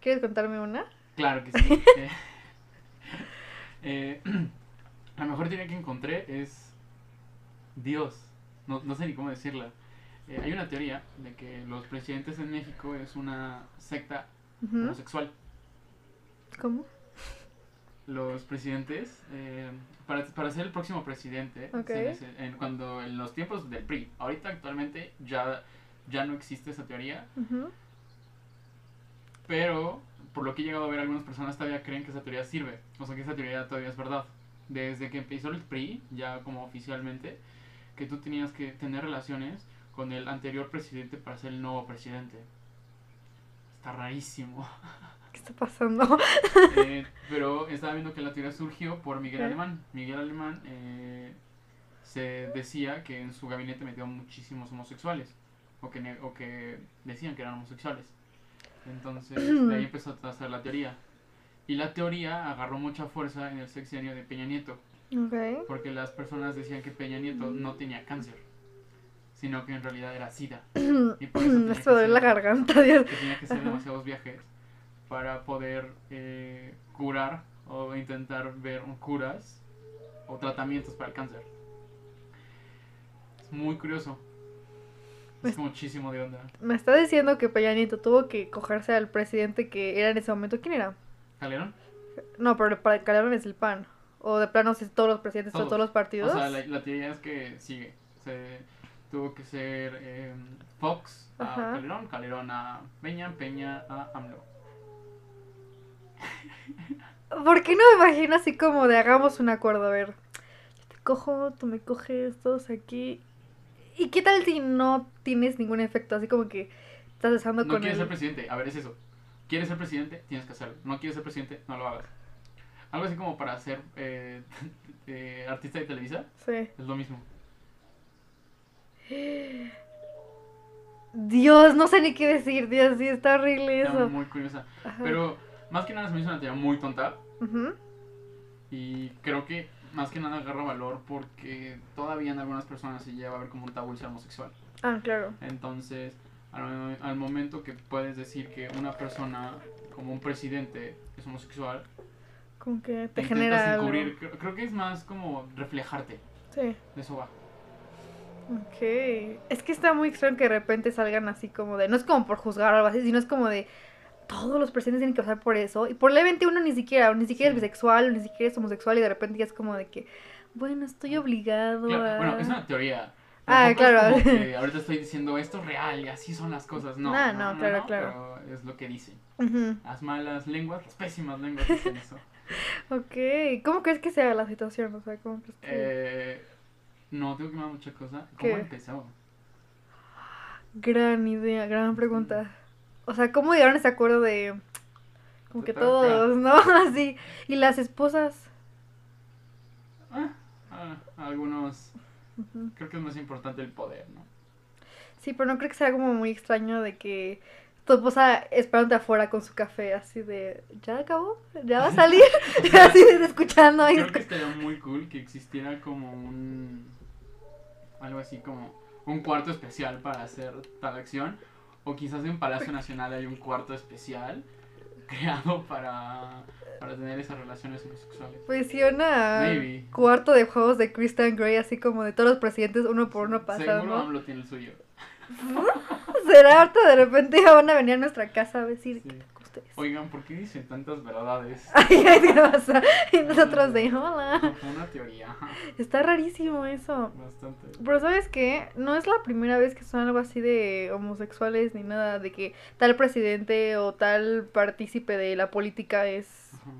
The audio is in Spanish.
¿Quieres contarme una? Claro que sí. Eh, eh, la mejor teoría que encontré es Dios. No, no sé ni cómo decirla. Eh, hay una teoría de que los presidentes en México es una secta Ujú. homosexual. ¿Cómo? Los presidentes, eh, para, para ser el próximo presidente, se Ok. nece- en, cuando en los tiempos del PRI, ahorita actualmente ya, ya no existe esa teoría, Ujú. pero por lo que he llegado a ver algunas personas todavía creen que esa teoría sirve, o sea que esa teoría todavía es verdad. Desde que empezó el PRI, ya como oficialmente, que tú tenías que tener relaciones con el anterior presidente para ser el nuevo presidente. Está rarísimo. ¿Qué está pasando? Eh, pero estaba viendo que la teoría surgió por Miguel Claro. Alemán. Miguel Alemán eh, se decía que en su gabinete metió muchísimos homosexuales, o que, ne- o que decían que eran homosexuales. Entonces, de ahí empezó a trazar la teoría. Y la teoría agarró mucha fuerza en el sexenio de Peña Nieto, ok. porque las personas decían que Peña Nieto no tenía cáncer, sino que en realidad era SIDA. Y por eso tenía que Esto duele la ser- garganta, Dios. que tenía que hacer demasiados viajes para poder eh, curar o intentar ver curas o tratamientos para el cáncer. Es muy curioso. Es muchísimo de onda. Me está diciendo que Peña Nieto tuvo que cogerse al presidente que era en ese momento. ¿Quién era? ¿Calderón? No, pero para Calderón es el PAN. O de plano, si todos los presidentes o Todos. todos los O partidos. sea, la, la teoría es que sigue. Se, tuvo que ser eh, Fox a Ajá. Calderón, Calderón a Peña, Peña a AMLO. ¿Por qué no me imagino así como de hagamos un acuerdo? A ver, yo te cojo, tú me coges, todos aquí. ¿Y qué tal si no tienes ningún efecto? Así como que estás besando No con quieres ser él. presidente, a ver, es eso. Quieres ser presidente, tienes que hacerlo. No quieres ser presidente, no lo hagas. Algo así como para ser eh, eh, artista de Televisa, Sí. es lo mismo. Dios, no sé ni qué decir, Dios, sí, está horrible Era eso. Ah. muy curiosa. Ajá. Pero más que nada se me hizo una teoría muy tonta Ujú. y creo que más que nada agarra valor porque todavía en algunas personas se lleva a ver como un tabú ser homosexual. Ah, claro. Entonces, al, al momento que puedes decir que una persona como un presidente es homosexual, Como que te te intentas genera algo. encubrir. Creo, creo que es más como reflejarte. Sí. De eso va. Ok. Es que está muy extraño que de repente salgan así como de. No es como por juzgar o algo así, sino es como de. Todos los presidentes tienen que pasar por eso. Y probablemente uno ni siquiera, o ni siquiera Sí. es bisexual, o ni siquiera es homosexual, y de repente ya es como de que. Bueno, estoy obligado Claro, a. Bueno, es una teoría. Ah, Tampoco es claro. como que ahorita estoy diciendo esto es real y así son las cosas. No, No, no, claro, claro. Pero es lo que dicen. Ujú. Las malas lenguas, las pésimas lenguas dicen eso. Ok. ¿Cómo crees que sea la situación? O sea, ¿cómo crees que.? Eh, no, tengo que más mucha cosa. ¿Cómo ¿Qué? empezó? Gran idea, gran pregunta. O sea, ¿cómo llegaron a ese acuerdo de. Como que Te toca. todos, ¿no? Así. Y las esposas. Ah, ah, algunos. Ujú. Creo que es más importante el poder, ¿no? Sí, pero no creo que sea como muy extraño de que tu esposa esperándote afuera con su café, así de, ¿ya acabó? ¿Ya va a salir? así de escuchando. Y Creo que estaría muy cool que existiera como un. Algo así como un cuarto especial para hacer tal acción. O quizás en Palacio Nacional hay un cuarto especial creado para, para tener esas relaciones homosexuales. Pues sí, una Maybe. cuarto de juegos de Christian Grey, así como de todos los presidentes, uno por uno Seguro pasando. AMLO tiene el suyo. Será harto, de repente van a venir a nuestra casa a decir, Sí. ¿qué tal con ustedes? Oigan, ¿por qué dicen tantas verdades? Ay, ay, ¿qué pasa? Y nosotros de, hola. Como Una teoría ajá, Está rarísimo eso. bastante. Pero sabes qué, no es la primera vez que son algo así de homosexuales ni nada, de que tal presidente o tal partícipe de la política es ajá.